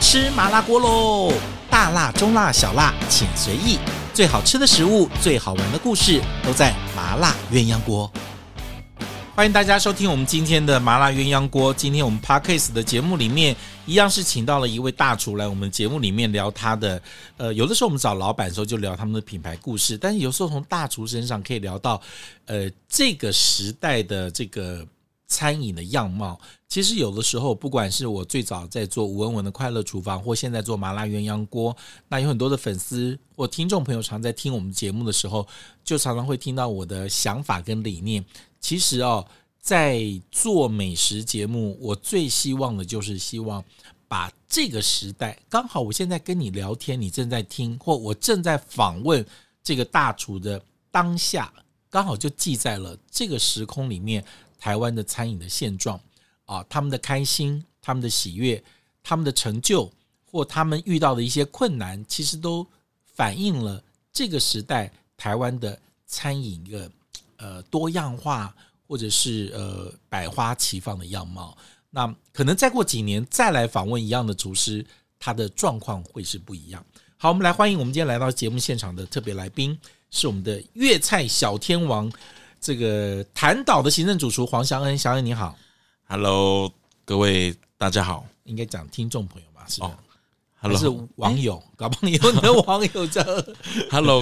吃麻辣锅喽！大辣、中辣、小辣，请随意。最好吃的食物，最好玩的故事，都在麻辣鸳鸯锅。欢迎大家收听我们今天的麻辣鸳鸯锅。今天我们 podcast 的节目里面，一样是请到了一位大厨来我们节目里面聊他的。呃，有的时候我们找老板的时候就聊他们的品牌故事，但是有时候从大厨身上可以聊到，呃，这个时代的这个餐饮的样貌。其实有的时候，不管是我最早在做吴文文的快乐厨房，或现在做麻辣鸳鸯锅，那有很多的粉丝或听众朋友常在听我们节目的时候，就常常会听到我的想法跟理念。其实哦，在做美食节目，我最希望的就是希望把这个时代，刚好我现在跟你聊天，你正在听，或我正在访问这个大厨的当下，刚好就记在了这个时空里面台湾的餐饮的现状啊，他们的开心，他们的喜悦，他们的成就，或他们遇到的一些困难，其实都反映了这个时代台湾的餐饮一个呃多样化或者是呃百花齐放的样貌。那可能再过几年再来访问一样的厨师，他的状况会是不一样。好，我们来欢迎我们今天来到节目现场的特别来宾，是我们的粤菜小天王，这个谭岛的行政主厨黄祥恩。祥恩你好， Hello，各位大家好。应该讲听众朋友吧？是吧哦还是 Hello，Hello，网友，搞不好你有你的网友叫。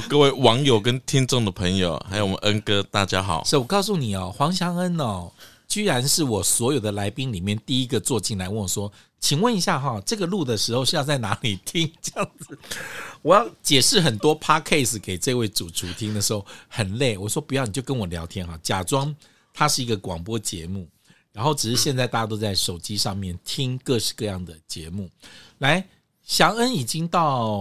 各位网友跟听众的朋友，还有我们恩哥，大家好。是我告诉你哦，黄祥恩哦，居然是我所有的来宾里面第一个坐进来问我说：“请问一下哈、这个录的时候是要在哪里听？”这样子， 我要解释很多 podcast 给这位主厨听的时候很累。我说不要，你就跟我聊天哈、假装它是一个广播节目，然后只是现在大家都在手机上面听各式各样的节目。来，祥恩已经到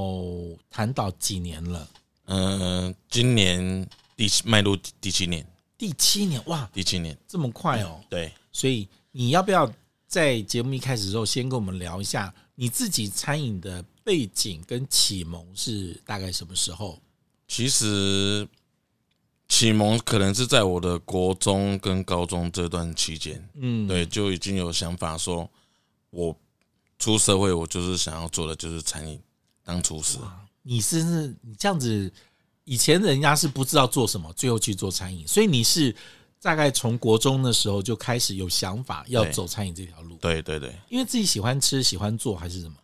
谈到几年了？嗯、今年第七迈入第七年，第七年哇，第七年，这么快哦！对，所以你要不要在节目一开始的时候，先跟我们聊一下你自己餐饮的背景跟启蒙是大概什么时候？其实启蒙可能是在我的国中跟高中这段期间，嗯，对，就已经有想法说，我出社会，我就是想要做的就是餐饮，当厨师。你是是你这样子，以前人家是不知道做什么，最后去做餐饮，所以你是大概从国中的时候就开始有想法要对走餐饮这条路，对对对，因为自己喜欢吃、喜欢做还是什么？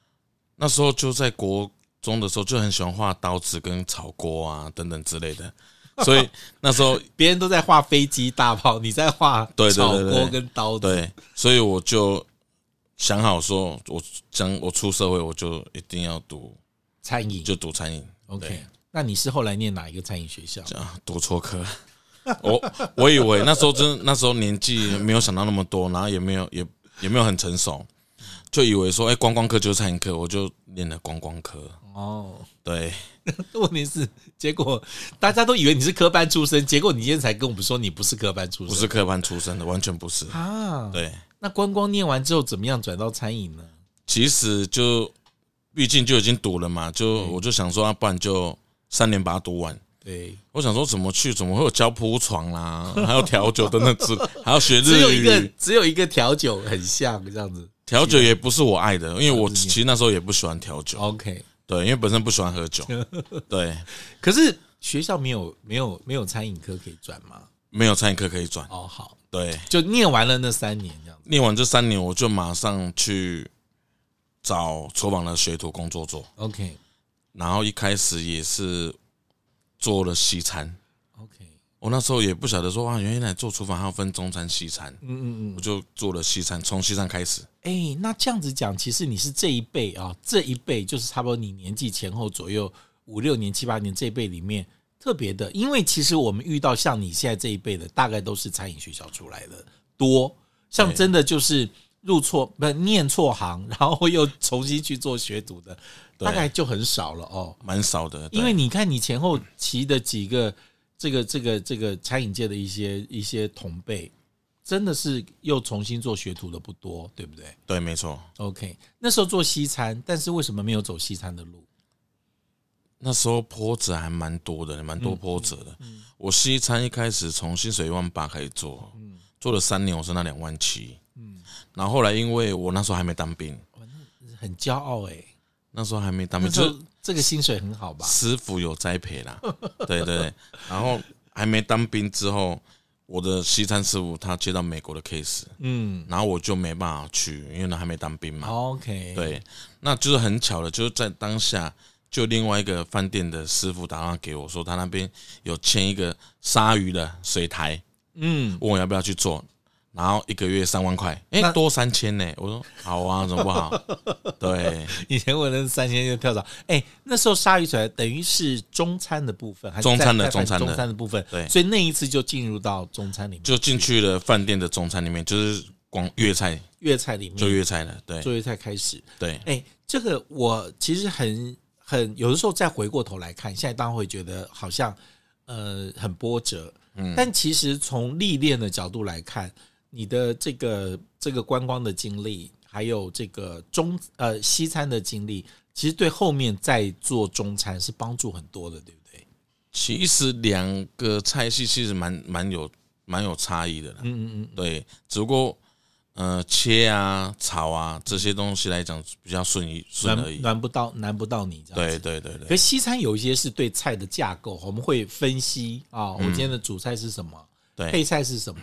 那时候就在国中的时候就很喜欢画刀子跟炒锅啊等等之类的，所以 那时候别人都在画飞机、大炮，你在画对对炒对对锅跟刀子，对，所以我就想好说，我将我出社会我就一定要读，餐饮。就读餐饮。 OK，对那你是后来念哪一个餐饮学校？啊，读错科。 我我以为那时候真那时候年纪没有想到那么多，然后也没有也也没有很成熟，就以为说哎、观光科就是餐饮科，我就念了观光科。哦，对， 问题是，结果大家都以为你是科班出身，结果你今天才跟我们说你不是科班出身，不是科班出身的，完全不是。啊？对。那观光念完之后怎么样转到餐饮呢？其实就毕竟就已经读了嘛，就嗯我就想说，啊、不然就三年把它读完。对，我想说怎么去，怎么会有教铺 床啦，还有调酒等等之，还要学只有一日个语。只有一个调酒很像这样子。调酒也不是我爱的，因为我不是你哦其实那时候也不喜欢调酒， OK，对，因为本身不喜欢喝酒， 对，可是学校没有没有没有餐饮科可以转吗？没有餐饮课可以转，哦，好，对。就念完了那三年这样子。念完这三年，我就马上去找厨房的学徒工作做， OK 然后一开始也是做了西餐， OK，我那时候也不晓得说哇，原来做厨房还要分中餐西餐，嗯嗯嗯我，就做了西餐，从西餐开始。哎、那这样子讲，其实你是这一辈啊、这一辈就是差不多你年纪前后左右五六年、七八年这一辈里面特别的，因为其实我们遇到像你现在这一辈的，大概都是餐饮学校出来的多，像对真的就是入错不是念错行，然后又重新去做学徒的，对大概就很少了哦。蛮少的，对因为你看你前后骑的几个这个这个这个餐饮界的一些一些同辈，真的是又重新做学徒的不多，对不对？对，没错。 OK，那时候做西餐，但是为什么没有走西餐的路？那时候波折还蛮多的，蛮嗯多波折的。我西餐一开始从薪水一万八开始做，嗯做了三年，我剩那两万七。然后后来因为我那时候还没当兵，很很骄傲哎、欸，那时候还没当那兵，时就候是这个薪水很好吧？师傅有栽培啦， 对对对。然后还没当兵之后，我的西餐师傅他接到美国的 case，嗯然后我就没办法去，因为呢还没当兵嘛。 ，OK，，对，那就是很巧的，就是在当下，就另外一个饭店的师傅打电话给我说，他那边有签一个鲨鱼的水台，嗯，问我要不要去做，然后一个月三万块，哎、那多三千呢。我说好啊，怎么不好？对，以前我那三千就跳蚤，哎、那时候鲨鱼腿等于是中餐的部分，还是中餐的在在中餐的中餐的部分，对所以那一次就进入到中餐里面，就进去了饭店的中餐里面，就是光粤菜粤菜里就面，粤菜了，对做粤菜开始，对，哎、这个我其实很很有的时候再回过头来看，现在当然会觉得好像呃很波折，嗯，但其实从历练的角度来看，你的这个这个观光的经历，还有这个中呃西餐的经历，其实对后面再做中餐是帮助很多的，对不对？其实两个菜系其实蛮蛮有蛮有差异的啦，嗯嗯对，只不过呃切啊、炒啊这些东西来讲比较顺一嗯，顺而难已。难不到难不到你这样对子。对对可是对，西餐有一些是对菜的架构，我们会分析啊，我今天的主菜是什么，对配菜是什么，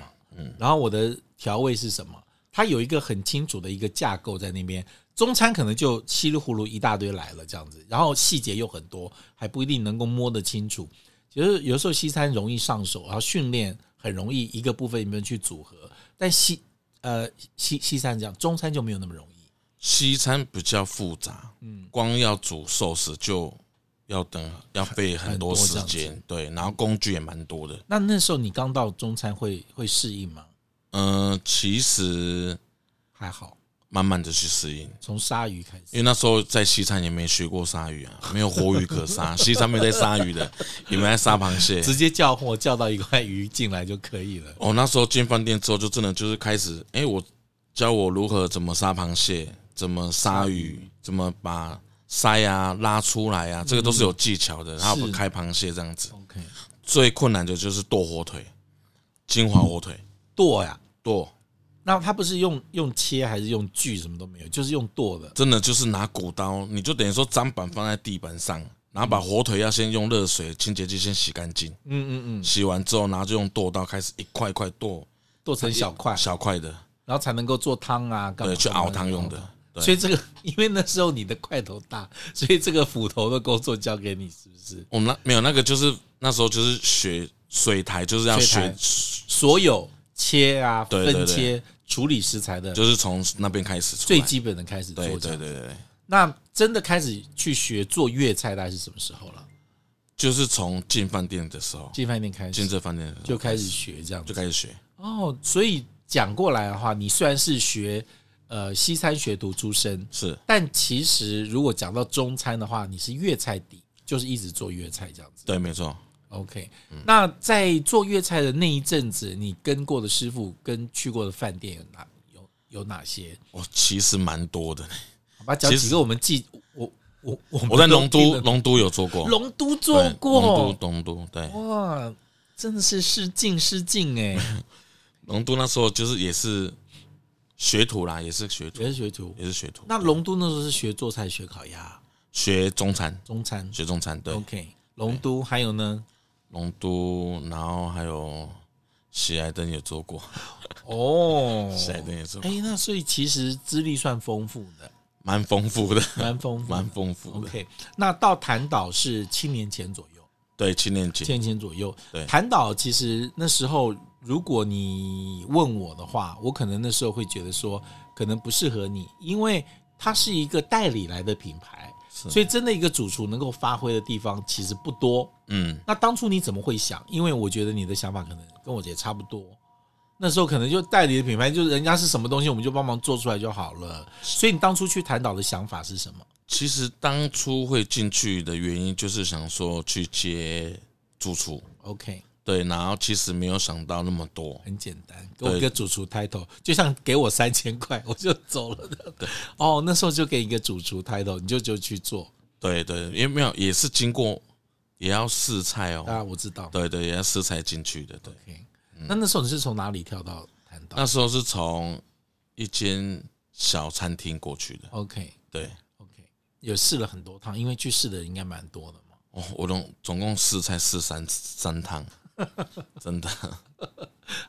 然后我的调味是什么，它有一个很清楚的一个架构在那边。中餐可能就稀里糊涂一大堆来了这样子，然后细节又很多，还不一定能够摸得清楚。其实有时候西餐容易上手，然后训练很容易一个部分里面去组合，但西呃西西餐这样，中餐就没有那么容易。西餐比较复杂，嗯，光要煮寿司就要等要费很多时很多这间，对，然后工具也蛮多的。那那时候你刚到中餐会会适应吗？嗯、其实还好，慢慢的去适应，从鲨鱼开因始。为那时候在西餐也没学过鲨鱼啊，没有活鱼可杀， 西餐没有在杀鱼的，也没在杀螃蟹。直接叫货叫到一块鱼进来就可以了。哦，那时候进饭店之后，就真的就是开始，哎、我教我如何怎么杀螃蟹，怎么杀鱼，怎么把鳃啊拉出来啊，这个都是有技巧的。然后是哦开螃蟹这样子， OK，最困难的就是剁火腿，金华火腿剁呀、剁，那它不是用用切还是用锯，什么都没有，就是用剁的。真的就是拿骨刀，你就等于说砧板放在地板上，然后把火腿要先用热水清洁剂先洗干净，嗯嗯嗯，洗完之后，然后就用剁刀开始一块一块剁剁成小块，小块的，啊然后才能够做汤啊，干嘛对，去熬汤用。的。对所以这个，因为那时候你的块头大，所以这个斧头的工作交给你，是不是？我们那没有那个，就是那时候就是学水台，就是要水学台，所有切啊、对对分对切、处理食材的就是从那边开始出最来。基本的开始做。对对对。对对，那真的开始去学做粤菜，大概是什么时候了？就是从进饭店的时候，进饭店开进始这饭店的时候就开始学这样子就。开始学。哦，所以讲过来的话，你虽然是学呃西餐学徒出身，是但其实如果讲到中餐的话，你是粤菜底，就是一直做粤菜这样子。对，没错。 OK，、那嗯在做粤菜的那一阵子，你跟过的师傅跟去过的饭店有哪有有哪些？我其实蛮多的，好吧，讲其几实个我们记，我我 我们我在都龙听都得龙都有做过，龙都对做龙过，都龙都对哇，真的是失敬失敬 哎、龙都那时候就是也是学徒啦，也是学徒也，是学徒。也是学徒。那龙都那时候是学做菜、学烤鸭、学中餐，中餐，学中餐对 OK，龙都还有呢？龙都，然后还有喜来登也做过，哦，喜来登也做过哎，那所以其实资历算丰富 的，蛮丰富的， 蛮丰富的，蛮丰富的。 OK。那到谭岛是七年前左右，对，青年七节年前左右。对谭岛其实那时候，如果你问我的话，我可能那时候会觉得说，可能不适合你，因为它是一个代理来的品牌，是所以真的一个主厨能够发挥的地方其实不多。嗯，那当初你怎么会想？因为我觉得你的想法可能跟我也差不多。那时候可能就代理的品牌，就是人家是什么东西，我们就帮忙做出来就好了。所以你当初去谈岛的想法是什么？其实当初会进去的原因就是想说去接住处， OK，对，然后其实没有想到那么多，很简单，给我一个主厨 title，就像给我三千块，我就走了的。哦，那时候就给你一个主厨 title，你就就去做。对对，因为没有也是经过也要试菜当哦，然我知道。对嗯对，也要试菜进去的，对。啊 OK，那那时候你是从哪里跳到谈岛？那时候是从一间小餐厅过去的。 OK 对， OK，有试了很多趟，因为去试的人应该蛮多的嘛。哦，我总总共试菜试三 三趟，真的。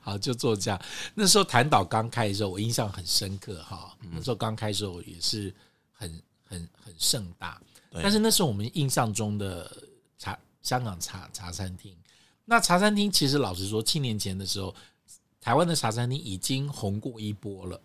好，就做这样。那时候谭岛刚开的时候，我印象很深刻哈。嗯那时候刚开的时候也是很很很盛大，对但是那是我们印象中的茶香港茶茶餐厅。那茶餐厅其实老实说，七年前的时候，台湾的茶餐厅已经红过一波了。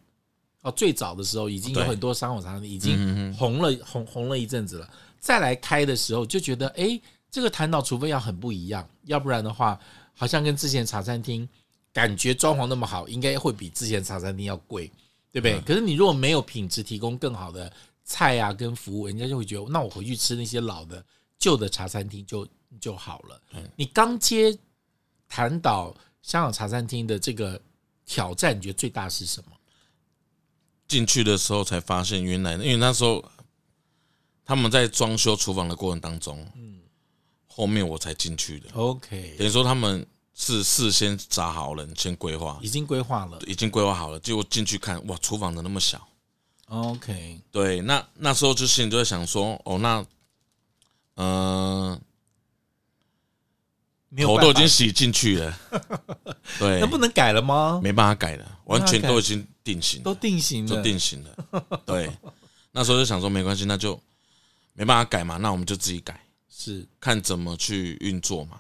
哦，最早的时候已经有对嗯很多香港茶餐厅已经红了，红红了一阵子了。再来开的时候，就觉得哎，诶这个谈岛除非要很不一样，要不然的话，好像跟之前茶餐厅感觉装潢那么好，应该会比之前茶餐厅要贵，对不嗯对？可是你如果没有品质提供更好的菜啊跟服务，人家就会觉得，那我回去吃那些老的旧的茶餐厅就就好了。嗯你刚接谈岛香港茶餐厅的这个挑战，你觉得最大是什么？进去的时候才发现，原来因为那时候他们在装修厨房的过程当中，嗯，后面我才进去的， OK，等于说他们是事先扎好了，先规划，已经规划了。已经规划好了，结果进去看，哇，厨房怎么那么小？ OK，对，那那时候就心里就在想说，哦，那，嗯、没有头办都已法经洗进去 了，对那，不能改了吗？哎没办法改了，完全都已经定型了，都定型就了。定型了。 对，那时候就想说没关系，那就没办法改嘛，那我们就自己改，是看怎么去运作嘛。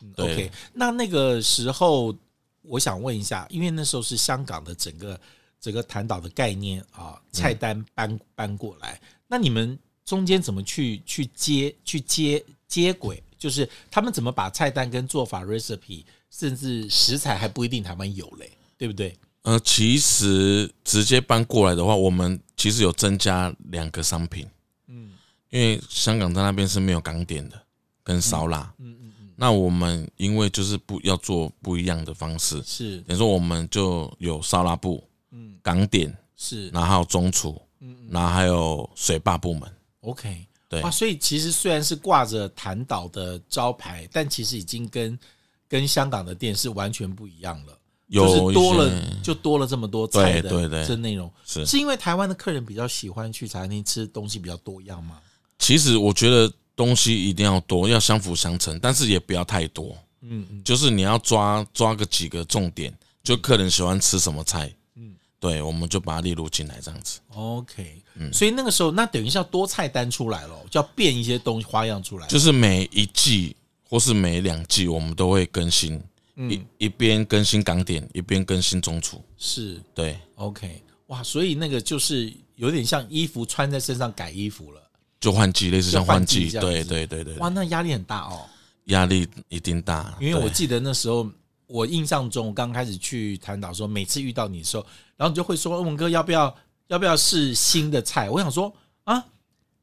嗯对 OK。那那个时候，我想问一下，因为那时候是香港的整个整个弹岛的概念嗯啊，菜单搬、搬过来，那你们中间怎么去去接去接接轨？就是他们怎么把菜单跟做法 recipe，甚至食材还不一定台湾有嘞，对不对？呃，其实直接搬过来的话，我们其实有增加两个商品，嗯因为香港在那边是没有港点的跟烧腊，嗯嗯嗯，那我们因为就是不要做不一样的方式，是等于说我们就有烧腊部、嗯港点，是然后还有中厨，然后还有水坝部门。 OK，对啊，所以其实虽然是挂着谭岛的招牌，但其实已经跟跟香港的店是完全不一样了，就有是一多些了就多了这么多菜的对对对这内容，是是因为台湾的客人比较喜欢去茶餐厅吃东西比较多样吗？其实我觉得东西一定要多，要相辅相成，但是也不要太多。嗯嗯就是你要抓抓个几个重点，就客人喜欢吃什么菜，嗯嗯，对，我们就把它列入进来这样子。 ，OK，所嗯以那个时候那等于是要多菜单出来了，就要变一些东西花样出来，就是每一季或是每两季，我们都会更新，嗯一一边更新港点，一边更新中厨。是对， OK，哇，所以那个就是有点像衣服穿在身上改衣服了，就换季，类似像换季，就换季对对对对，哇，那压力很大哦。压力一定大，因为我对记得那时候，我印象中我刚开始去谈岛的时候，每次遇到你的时候，然后你就会说：“哎文哥，要不要要不要试新的菜？”我想说啊，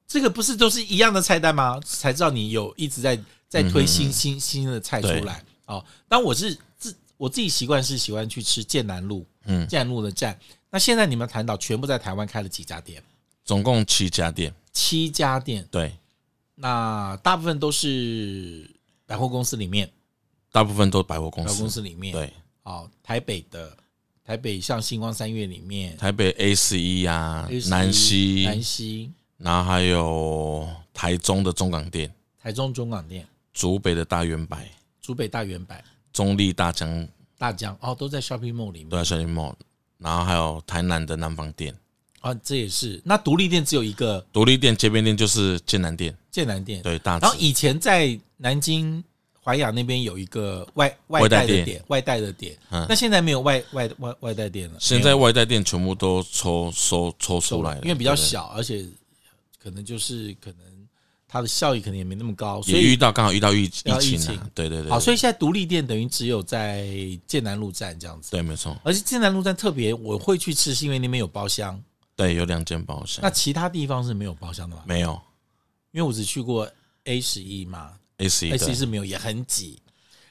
这个不是都是一样的菜单吗？才知道你有一直在在推新新新的菜出来哦。但我是自我自己习惯是喜欢去吃剑南路，嗯，剑南路的站。那现在你们谈岛全部在台湾开了几家店？总共七家店，七家店，对，那大部分都是百货公司里面，大部分都百货公百货公司，司里面，对，哦，台北的台北像星光三月里面，台北 A 十一啊 A11，南西，南西、然后还有台中的中港店、台中中港店、竹北的大圆白、竹北大圆柏、中立大江大江哦，都在 Shopping Mall 里面都在小林 mall，然后还有台南的南方店、啊、这也是。那独立店只有一个独立店、街边店就是剑南店，剑南店，对，大然后直以前在南京淮阳那边有一个外外外带带的店点，外带的点，嗯那现在没有外外外外带店了，现没在有外带店全部都抽收抽出来了，因为比较对，小，而且可能就是可能它的效益可能也没那么高，所也以遇到刚好遇到疫遇到疫疫情情啊，对对对，好，所以以现在独立店等于只有在剑南路站这样子。对没错，而且剑南路站特别，我会去吃，是因为那边有包厢。对有两间包厢那，其他地方是没有包厢的嘛？没有因为我只去过 A 十一嘛 A 十一，A 十一的，是没有，也很挤。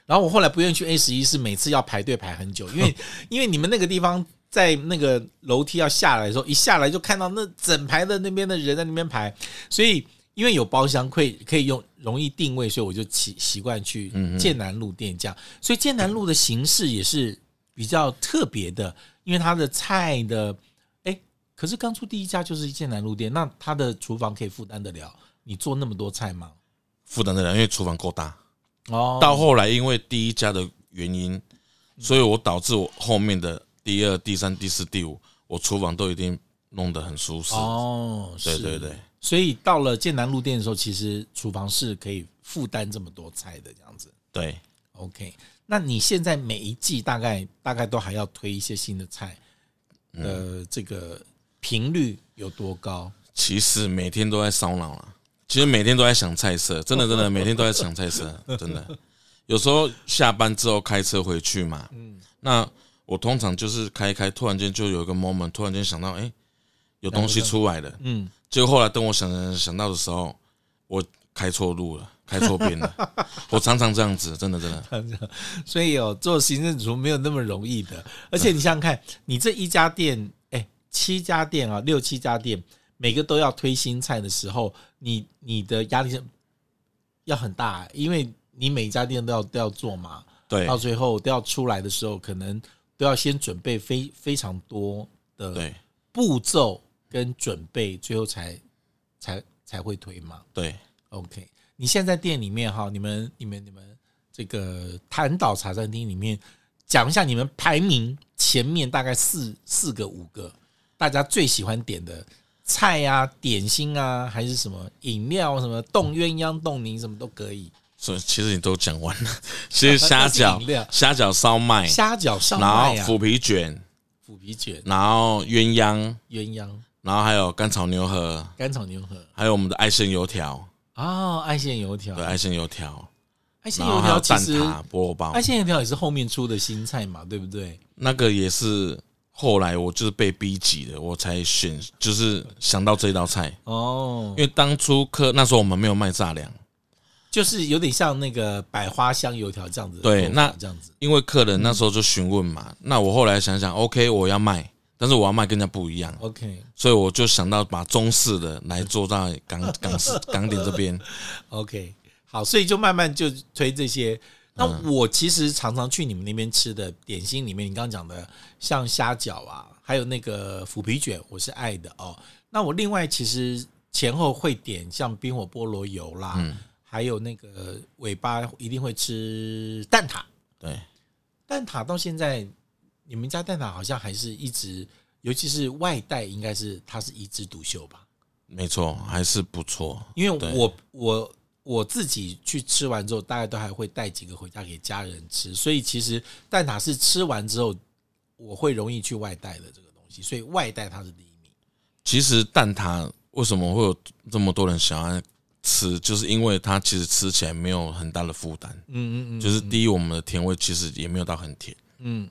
然后我后来不愿意去 A 十一，是每次要排队排很久，因为因为你们那个地方在那个楼梯要下来的时候，一下来就看到那整排的那边的人在那边排，所以因为有包厢可以可以用容易定位，所以我就习习惯去剑南路店这样。所以剑南路的形式也是比较特别的，因为它的菜的哎、可是刚出第一家就是一间南路店，那他的厨房可以负担得了你做那么多菜吗？负担得了，因为厨房够大。哦，到后来因为第一家的原因，所以我导致我后面的第二、第三、第四、第五，我厨房都已经弄得很舒适。哦，对是对对，所以到了建南路店的时候，其实厨房是可以负担这么多菜的这样子。对， OK，那你现在每一季大概大概都还要推一些新的菜，嗯呃，这个频率有多高？其实每天都在烧脑啊，其实每天都在想菜色，真的真的每天都在想菜色， 真的。有时候下班之后开车回去嘛，嗯那我通常就是开一开，突然间就有一个 moment，突然间想到，哎、有东西出来了。嗯，结果后来等我想想想到的时候，我开错路了，开错边了。 我常常这样子，真的真的。所以哦，做行政主厨没有那么容易的。而且你想想看，你这一家店，哎，七家店啊，六七家店，每个都要推新菜的时候，你你的压力是要很大，啊因为你每一家店都要都要做嘛。对到最后都要出来的时候，可能都要先准备非非常多的对步骤跟准备，最后才才才会推嘛。对， OK，你现在店里面哈，你们你们你们这个潭岛茶餐厅里面讲一下你们排名前面大概四四个五个，大家最喜欢点的菜啊、点心啊，还是什么饮料、什么冻鸳鸯、冻柠什么都可以。所以其实你都讲完了。其实虾 那是饮料饺、虾饺烧麦，虾饺上哎然后麦啊，腐皮卷，腐皮卷、然后鸳鸯，鸳鸯。然后还有甘草牛河，甘草牛河还有我们的爱胜油条，哦，爱线油条，对，爱胜油条，爱线然后油还有条其蛋实挞、菠萝包爱，线油条也是后面出的新菜嘛，对不对？那个也是后来我就是被逼急的，我才选，就是想到这道菜，哦因，为当初客那时候我们没有卖炸粮，就是有点像那个百花香油条这样子的做法，对那这样子因为客人那时候就询问嘛，那我后来想想，OK，我要卖，但是我要卖跟人家不一样， ，OK 所以我就想到把中式的来做到 港港式港点这边， OK，好，所以就慢慢就推这些。那嗯我其实常常去你们那边吃的点心里面，你刚刚讲的像虾饺啊，还有那个腐皮卷，我是爱的哦。那我另外其实前后会点像冰火菠萝油啦，嗯还有那个尾巴一定会吃蛋挞。对，蛋挞到现在，你们家蛋挞好像还是一直，尤其是外带，应该是它是一枝独秀吧？没错，还是不错，因为对我我我自己去吃完之后，大概都还会带几个回家给家人吃，所以其实蛋挞是吃完之后，我会容易去外带的这个东西，所以外带它是第一名。其实蛋挞为什么会有这么多人想要吃，就是因为它其实吃起来没有很大的负担。嗯嗯就是第一，我们的甜味其实也没有到很甜，嗯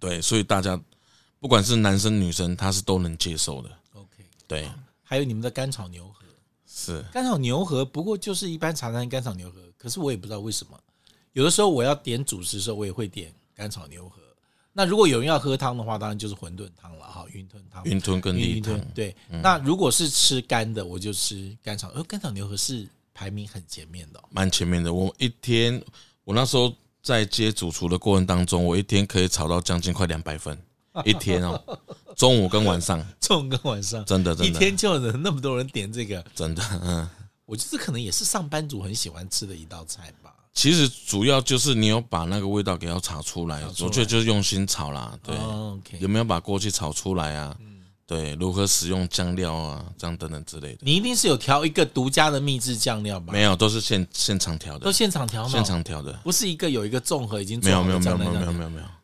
对，所以大家不管是男生女生，他是都能接受的。 ，OK。对，还有你们的干炒牛河，是干炒牛河不过就是一般茶餐厅干炒牛河，可是我也不知道为什么，有的时候我要点主食的时候，我也会点干炒牛河。那如果有人要喝汤的话，当然就是馄饨汤了哈，云吞汤。云吞嗯跟云地云汤吞，对，那如果是吃干的，我就吃干炒。呃，干炒牛河是排名很前面的哦、 蛮前面的。我一天，我那时候在接主厨的过程当中，我一天可以炒到将近快两百 份，一天哦，中午跟晚上，中午跟晚上真的一真的天就有那么多人点这个，真的，嗯。我觉得这可能也是上班族很喜欢吃的一道菜吧。其实主要就是你有把那个味道给它炒出来，出来我觉得就是用心炒啦，对，哦，OK，嗯有没有把锅气炒出来啊？对，如何使用酱料啊，这样等等之类的，你一定是有调一个独家的秘制酱料吧？没有，都是现现场调都的，现场调吗？现场调的，不是一个有一个综合已经没做有好没有的没有酱没料有这没样有没有没有，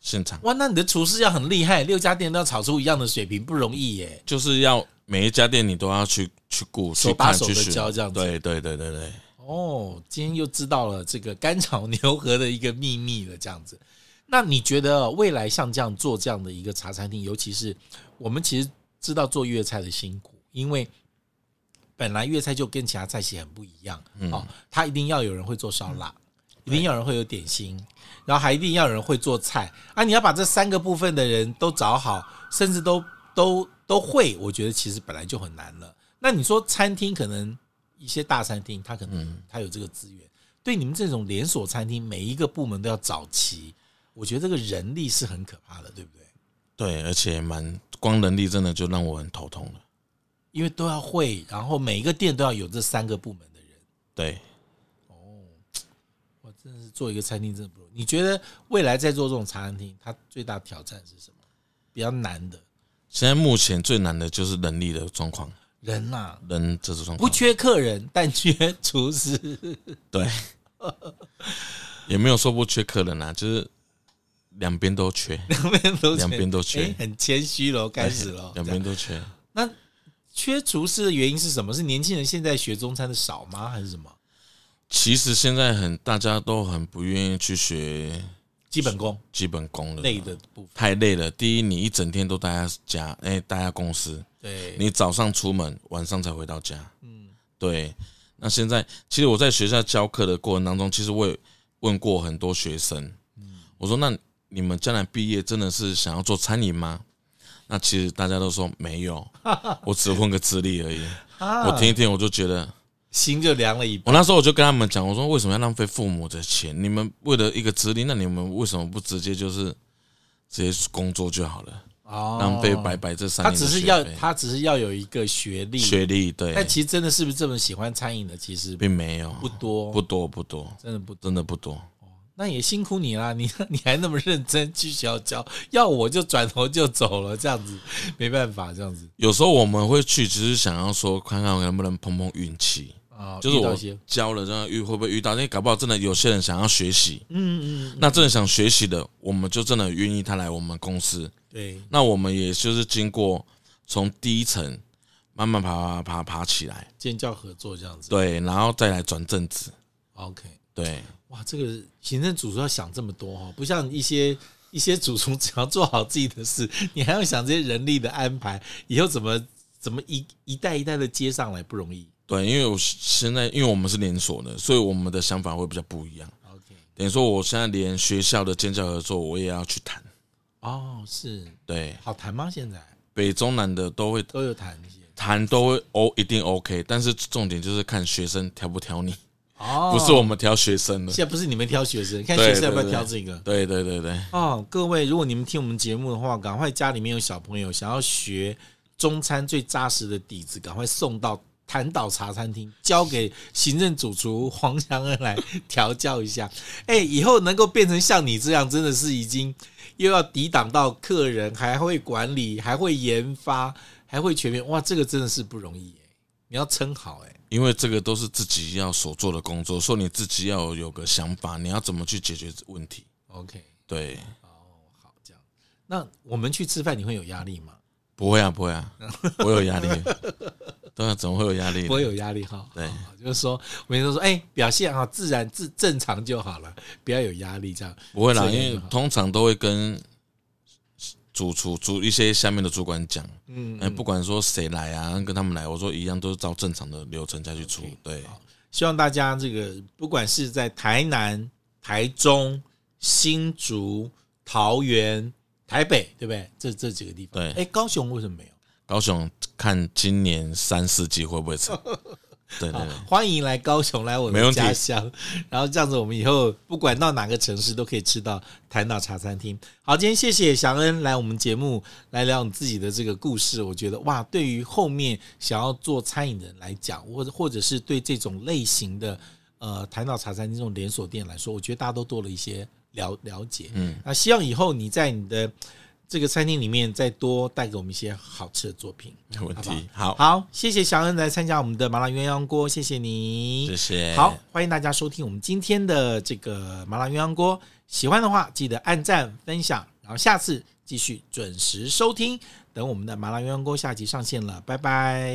现场哇，那你的厨师要很厉害，六家店都要炒出一样的水平，不容易耶。就是要每一家店你都要去去顾，手去把看手地去学教这样子对对对对对，哦，今天又知道了这个干炒牛河的一个秘密了，这样子。那你觉得未来像这样做这样的一个茶餐厅，尤其是我们其实知道做粤菜的辛苦，因为本来粤菜就跟其他菜系很不一样，哦，它一定要有人会做烧腊，一定要有人会有点心，然后还一定要有人会做菜啊！你要把这三个部分的人都找好，甚至都都都会，我觉得其实本来就很难了。那你说餐厅可能一些大餐厅，它可能嗯它有这个资源，对你们这种连锁餐厅，每一个部门都要找齐，我觉得这个人力是很可怕的，对不对？对，而且蛮光人力真的就让我很头痛了。因为都要会，然后每一个店都要有这三个部门的人。对，我真的是做一个餐厅真的不容易。你觉得未来在做这种茶餐厅，它最大挑战是什么？比较难的现在目前最难的就是人力的状况，人呐、人这种状不况，缺客人，但缺厨师。 对， 也没有说不缺客人啊，就是两边都缺，两边都缺两边都缺哎诶哎很谦虚喽，开始喽。两边都缺。那缺厨师的原因是什么？是年轻人现在学中餐的少吗？还是什么？其实现在很大家都很不愿意去学基本功基本功了，类的部分，太累了。第一，你一整天都待在家，哎、待在公司，对，你早上出门，晚上才回到家。嗯，对。那现在，其实我在学校教课的过程当中，其实我也问过很多学生，嗯我说：“那你们将来毕业真的是想要做餐饮吗？”那其实大家都说没有，我只混个资历 而已。啊我听一听，我就觉得，心就凉了一半。我那时候我就跟他们讲，我说为什么要浪费父母的钱？你们为了一个资历，那你们为什么不直接就是直接工作就好了？哦浪费白白这三他年的只学费。是要他只是要有一个学历，学历，对，但其实真的是不是这么喜欢餐饮的，其实并没有，不多，不多不多，真的不多。真的不多。那也辛苦你啦，你 你还那么认真去学校教，要我就转头就走了，这样子没办法，这样子有时候我们会去，只是想要说看看能不能碰碰运气，啊，就是遇到我一些教了，真的遇会不会遇到？因为搞不好真的有些人想要学习，嗯嗯嗯，那真的想学习的，我们就真的愿意他来我们公司。对，那我们也就是经过从第一层慢慢爬爬爬爬起来，建教合作这样子。对，然后再来转正职， OK，对，哇，这个行政主厨要想这么多哦，不像一些一些主厨只要做好自己的事，你还要想这些人力的安排，以后怎么怎么一一代一代的接上来不容易。对，因为我现在因为我们是连锁的，所以我们的想法会比较不一样。 OK，等于说，我现在连学校的建教合作，我也要去谈。哦，是对，好谈吗？现在北中南的都会都有谈一些谈，都会 O 一定 OK，但是重点就是看学生挑不挑你，哦，不是我们挑学生的。现在不是你们挑学生，看对学生要不要对对挑这个。对对对对，哦，各位，如果你们听我们节目的话，赶快家里面有小朋友想要学中餐最扎实的底子，赶快送到潭岛茶餐厅，交给行政主厨黄祥恩来调教一下。 哎，以后能够变成像你这样，真的是已经又要抵挡到客人，还会管理，还会研发，还会全面，哇，这个真的是不容易哎，你要撑好哎。因为这个都是自己要所做的工作，所以你自己要有个想法，你要怎么去解决问题。 OK，对，哦，好，这样，那我们去吃饭你会有压力吗？不会啊，不会啊， 我有压力。对啊，怎么会有压力？不会有压力哈。对好，好就是说，我们就说，哎、表现啊，自然自正常就好了，不要有压力这样。不会啦，这个因为通常都会跟主厨、主一些下面的主管讲，嗯嗯，不管说谁来啊，跟他们来，我说一样都是照正常的流程再去处 OK，。对，希望大家这个，不管是在台南、台中、新竹、桃园、台北，对不对？这这几个地方，对哎、高雄为什么没有？高雄看今年三四季会不会成？ 对对好对，啊欢迎来高雄，来我没们问题家乡。 然后这样子，我们以后不管到哪个城市，都可以吃到谈到茶餐厅。好，今天谢谢祥恩来我们节目来聊你自己的这个故事。我觉得哇，对于后面想要做餐饮的人来讲，或者或者是对这种类型的呃谈到茶餐厅这种连锁店来说，我觉得大家都多了一些了了解。嗯，那希望以后你在你的这个餐厅里面再多带给我们一些好吃的作品。没问好题。好，好，谢谢祥恩来参加我们的麻辣鸳鸯锅，谢谢你。谢谢。好，，欢迎大家收听我们今天的这个麻辣鸳鸯锅。喜欢的话，记得按赞、分享，然后下次继续准时收听。等我们的麻辣鸳鸯锅下集上线了，拜拜。